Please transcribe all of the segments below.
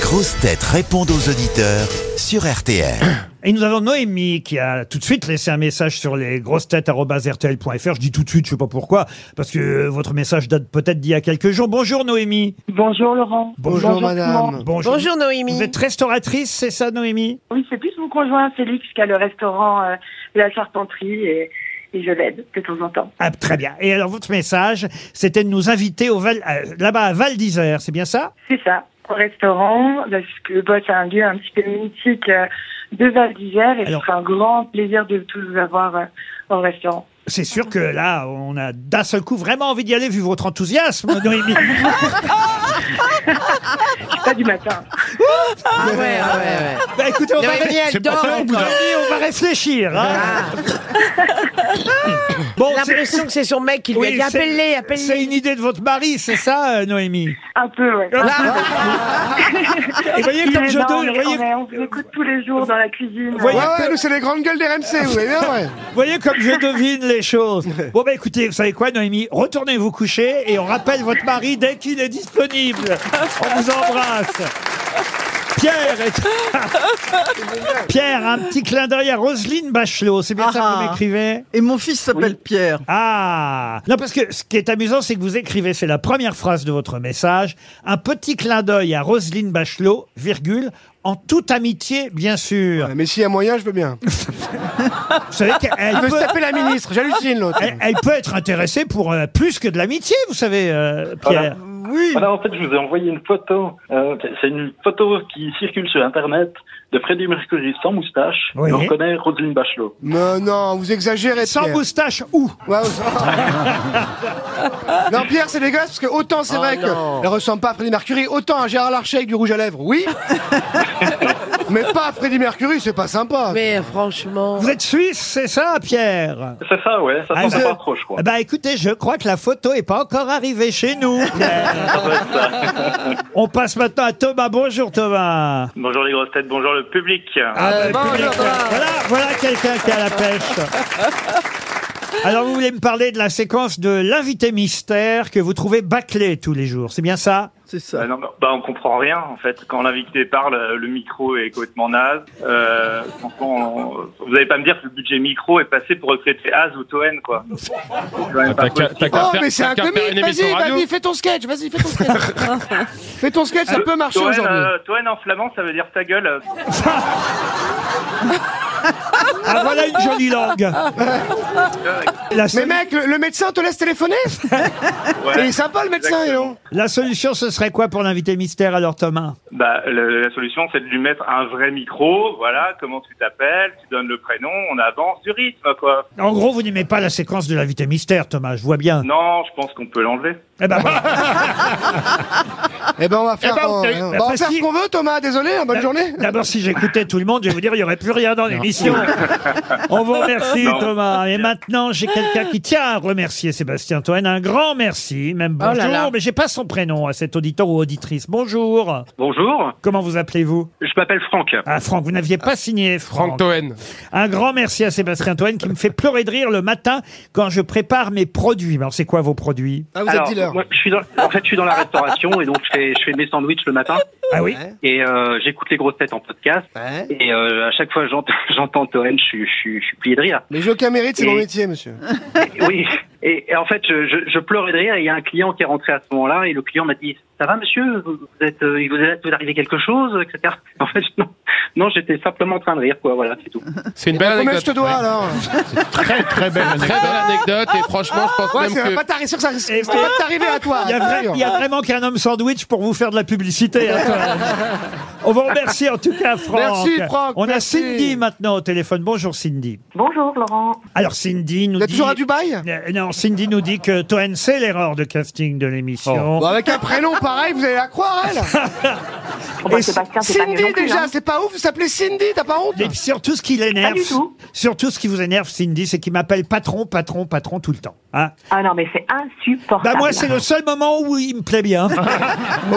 grosses têtes répondent aux auditeurs sur RTL. Et nous avons Noémie qui a tout de suite laissé un message sur les lesgrossetêtes.rtl.fr. Je dis tout de suite, je sais pas pourquoi, parce que euh, votre message date peut-être d'il y a quelques jours. Bonjour Noémie. Bonjour Laurent. Bonjour, tout le madame. monde. Bonjour Noémie. Vous êtes restauratrice, c'est ça Noémie Oui, c'est plus mon conjoint Félix qui a le restaurant euh, La Charpenterie et, et je l'aide de temps en temps. Ah, très bien. Et alors votre message, c'était de nous inviter au Val- euh, là-bas à Val d'Isère, c'est bien ça C'est ça, au restaurant, parce que bah, c'est un lieu un petit peu mythique euh, de Val d'Isère et Alors- c'est un grand plaisir de tous vous avoir euh, au restaurant. C'est sûr que là, on a d'un seul coup vraiment envie d'y aller vu votre enthousiasme, Noémie. Je suis pas du matin. Ah ouais, ouais, ouais. Bah, écoutez, on va, Noémie, elle dort encore. on va réfléchir. hein. Ah. Bon, J'ai c'est- Ah. l'impression que c'est son mec qui lui Oui, a dit c'est- appelle-les, C'est appelle-les. une idée de votre mari, c'est ça, euh, Noémie Ah. Un peu, ouais. Ah. Et voyez Il comme est je énorme, donne, mais voyez, on, est- on vous écoute tous les jours dans la cuisine. Voyez- Ouais, ouais, nous, c'est les grandes gueules des RMC, vous voyez bien, ouais. voyez comme je devine les choses. Bon bah écoutez, vous savez quoi, Noémie, retournez vous coucher et on rappelle votre mari dès qu'il est disponible. On vous embrasse. Pierre, est- Pierre, un petit clin d'œil à Roselyne Bachelot, c'est bien ça que Ah. vous m'écrivez Et mon fils s'appelle Pierre. Ah Non, parce que ce qui est amusant, c'est que vous écrivez, c'est la première phrase de votre message, un petit clin d'œil à Roselyne Bachelot, virgule, en toute amitié, bien sûr. Ouais, Mais s'il y a moyen, je veux bien. Vous savez qu'elle Il veut se peut... taper la ministre, j'hallucine l'autre. elle, elle peut être intéressée pour euh, plus que de l'amitié, vous savez, euh, Pierre. Oui. Voilà, en fait, je vous ai envoyé une photo. Euh, c'est une photo qui circule sur Internet de Freddie Mercury sans moustache. Oui. On reconnaît Roselyne Bachelot. Mais non, vous exagérez, Sans Pierre. moustache ou Ouais, vous- non, Pierre, c'est dégueulasse parce que autant Oh c'est vrai non. qu'elle ressemble pas à Freddie Mercury, autant à Gérard Larcher avec du rouge à lèvres, oui. mais pas à Freddie Mercury, c'est pas sympa. Mais franchement. Vous êtes suisse, c'est ça, Pierre C'est ça, ouais. Ça Ah, s'en je- pas trop, je crois. Bah écoutez, je crois que la photo est pas encore arrivée chez nous. Pierre. Ah bah, Ça doit être ça. On passe maintenant à Thomas. Bonjour Thomas. Bonjour les grosses têtes, bonjour le public. Ah, bah, bonjour, public, Thomas. Voilà, voilà quelqu'un qui est à la pêche. Alors vous voulez me parler de la séquence de l'invité mystère que vous trouvez bâclée tous les jours, c'est bien ça C'est Bah ça. non, bah on comprend rien en fait. Quand l'invité parle, euh, le micro est complètement naze. Euh, franchement, on- vous n'allez pas me dire que le budget micro est passé pour recruter Az ou Toen quoi. C'est quand même pas possible. Oh, mais c'est un comique, vas-y, vas-y, fais ton sketch, vas-y, fais ton sketch. fais ton sketch, ça peut marcher Toen, aujourd'hui. euh, Toen en flamand, ça veut dire ta gueule. Ah voilà une jolie langue. La Mais seule- mec, le, le médecin te laisse téléphoner Ouais. Il est sympa le médecin, Exactement. non La solution, ce serait quoi pour l'invité mystère alors, Thomas Bah, le- la solution, c'est de lui mettre un vrai micro. Voilà, comment tu t'appelles, tu donnes le prénom, on avance du rythme, quoi. En gros, vous n'aimez pas la séquence de l'invité mystère, Thomas, je vois bien. Non, je pense qu'on peut l'enlever. Eh ben, voilà. Eh ben on va faire, on- on va en Parce faire qu'il- ce qu'on veut Thomas, désolé, hein, bonne journée. D'abord, si j'écoutais tout le monde, je vais vous dire, il n'y aurait plus rien dans l'émission. On vous remercie, Non. Thomas. Et maintenant, j'ai quelqu'un qui tient à remercier Sébastien Toen. Un grand merci, même bonjour, Oh là. mais j'ai pas son prénom à cet auditeur ou auditrice. Bonjour. Bonjour, Comment vous appelez-vous je m'appelle Franck. Ah, Franck, vous n'aviez pas signé, Franck. Toen. Un grand merci à Sébastien Toen qui me fait pleurer de rire le matin quand je prépare mes produits. Mais Alors, c'est quoi vos produits Ah, vous êtes dealer. moi, je suis dans, en fait, je suis dans la restauration et donc je fais, je fais mes sandwichs le matin Ah oui et euh, j'écoute les grosses têtes en podcast. Ouais. Et euh, à chaque fois, j'entends, j'entends Toen, je, suis- je, suis- je suis plié de rire. Les jeux qu'un mérite, c'est Et- mon métier, monsieur. Et- oui. Et, et en fait, je, je, je pleurais de rire et il y a un client qui est rentré à ce moment-là et le client m'a dit Ça va, monsieur Vous vous êtes, euh, il vous est vous est arrivé quelque chose etc. En fait, non, non j'étais simplement en train de rire, quoi. Voilà, c'est tout. C'est Eh ben, une belle Combien anecdote. je te dois alors Très très belle anecdote. Très belle anecdote Ah, et franchement, je pense Ouais, même c'est que pas t'arriver sur ça, Et c'est voilà. pas t'arriver à toi. Il y, a vra- il y a Ah. vraiment qu'un homme sandwich pour vous faire de la publicité. hein, Toen. On vous remercie en tout cas, Franck. Merci, Franck, On merci. a Cindy maintenant au téléphone. Bonjour Cindy. Bonjour Laurent. Alors Cindy nous Il y a dit... toujours à Dubaï Euh, Non, Cindy nous dit que Toen, c'est l'erreur de casting de l'émission. Bon, avec un prénom pareil, vous allez la croire, elle Oh, bah, Et Sébastien, c'est pas mieux non Cindy, plus, déjà, hein. c'est pas ouf, vous s'appelez Cindy, t'as pas honte Et puis surtout ce qui l'énerve, Pas du tout. surtout ce qui vous énerve, Cindy, c'est qu'il m'appelle patron, patron, patron tout le temps. Hein Ah non, mais c'est insupportable. bah moi, c'est le seul moment où il me plaît bien.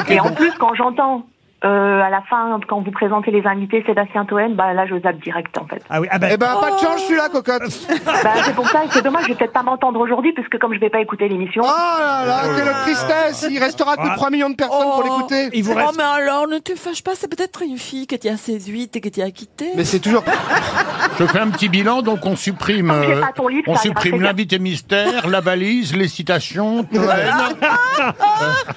Et en plus, quand j'entends Euh, à la fin, quand vous présentez les invités, Sébastien Toen, bah là, je zappe direct, en fait. Ah oui, ah ben, Eh ben, pas de chance, je suis là, cocotte. Bah, c'est pour ça, et c'est dommage, je vais peut-être pas m'entendre aujourd'hui, puisque comme je vais pas écouter l'émission. Oh là là, quelle tristesse. Il restera que Ah. 3 millions de personnes pour l'écouter. il vous Oh, reste. mais alors, ne te fâche pas, c'est peut-être une fille que tu as séduite et que tu as quittée. Mais c'est toujours. Je fais un petit bilan, donc on supprime, J'ai euh, Ah, pas Ah, ton livre, on ça, supprime grâce à- l'invité mystère, la valise, les citations. Toen.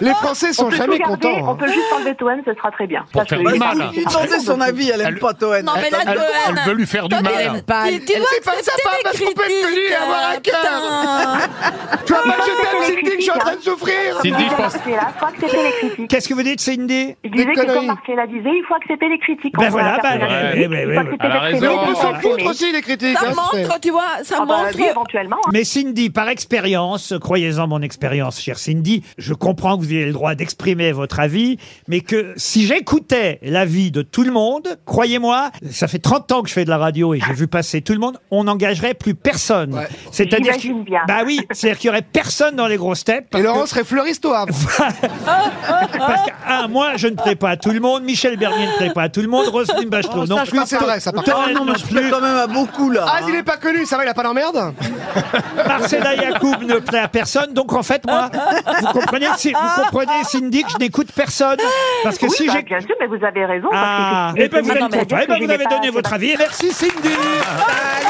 Les Français sont on peut jamais tout garder, contents. hein. on peut juste enlever Toen, ce sera très bien. Pour Ça, je- faire Bah, du mal. Il demandait son avis, elle aime Elle- pas Toen. Non, mais là, elle, elle- Toen, elle veut lui faire du Toen, mal. elle aime pas. Elle- Tu dois c'est pas accepter sympa, les parce qu'on peut être critiques, connu et avoir un euh, cœur. putain. Tu vois pas que je t'aime, Cindy, que je suis en train de souffrir. Cindy, je pense, Marcella, faut accepter les critiques. Qu'est-ce que vous dites, Cindy Il disait Des que conneries. comme Marcella disait, il faut accepter les critiques. Ben On voit voilà, la ben, personne. ouais, Il ouais, faut ouais, accepter ouais. d'être Elle a Mais aimé, raison. on d'être s'en aimé. foutre aussi, les critiques. Ça hein, c'est- montre, tu vois, ça Ah bah, oui, montre. éventuellement. Mais Cindy, par expérience, croyez-en mon expérience, chère Cindy, je comprends que vous ayez le droit d'exprimer votre avis, mais que si j'écoutais l'avis de tout le monde, croyez-moi, ça fait 30 ans que je fais de la radio et j'ai vu passer tout le monde, on n'engagerait plus personne. Ouais. C'est-à-dire qu'il- J'imagine bien. Bah oui, c'est-à-dire qu'il y aurait personne dans les grosses têtes. Et parce Laurent serait fleuriste au Havre. Ah. Parce que, un, moi, je ne plais pas à tout le monde, Michel Bernier ne plaît pas à tout le monde, Roselyne Bachelot Oh, non ça, plus. je pense que c'est vrai, ça, par Toen Oh non, mais non je plus. plais quand même à beaucoup, là. Ah, hein. il est pas connu, ça va, il a pas d'emmerde Marcella Yacoub ne plaît à personne, donc en fait, moi, vous comprenez, si, vous comprenez Cindy, que je n'écoute personne. Parce que Ah. Oui, si bah, j'ai. bien sûr, mais vous avez raison. parce que Ah, c'est- et ben vous Ah, êtes non, mais content. Eh ben, je vous n'ai avez pas- donné c'est votre pas- avis. Merci Cindy.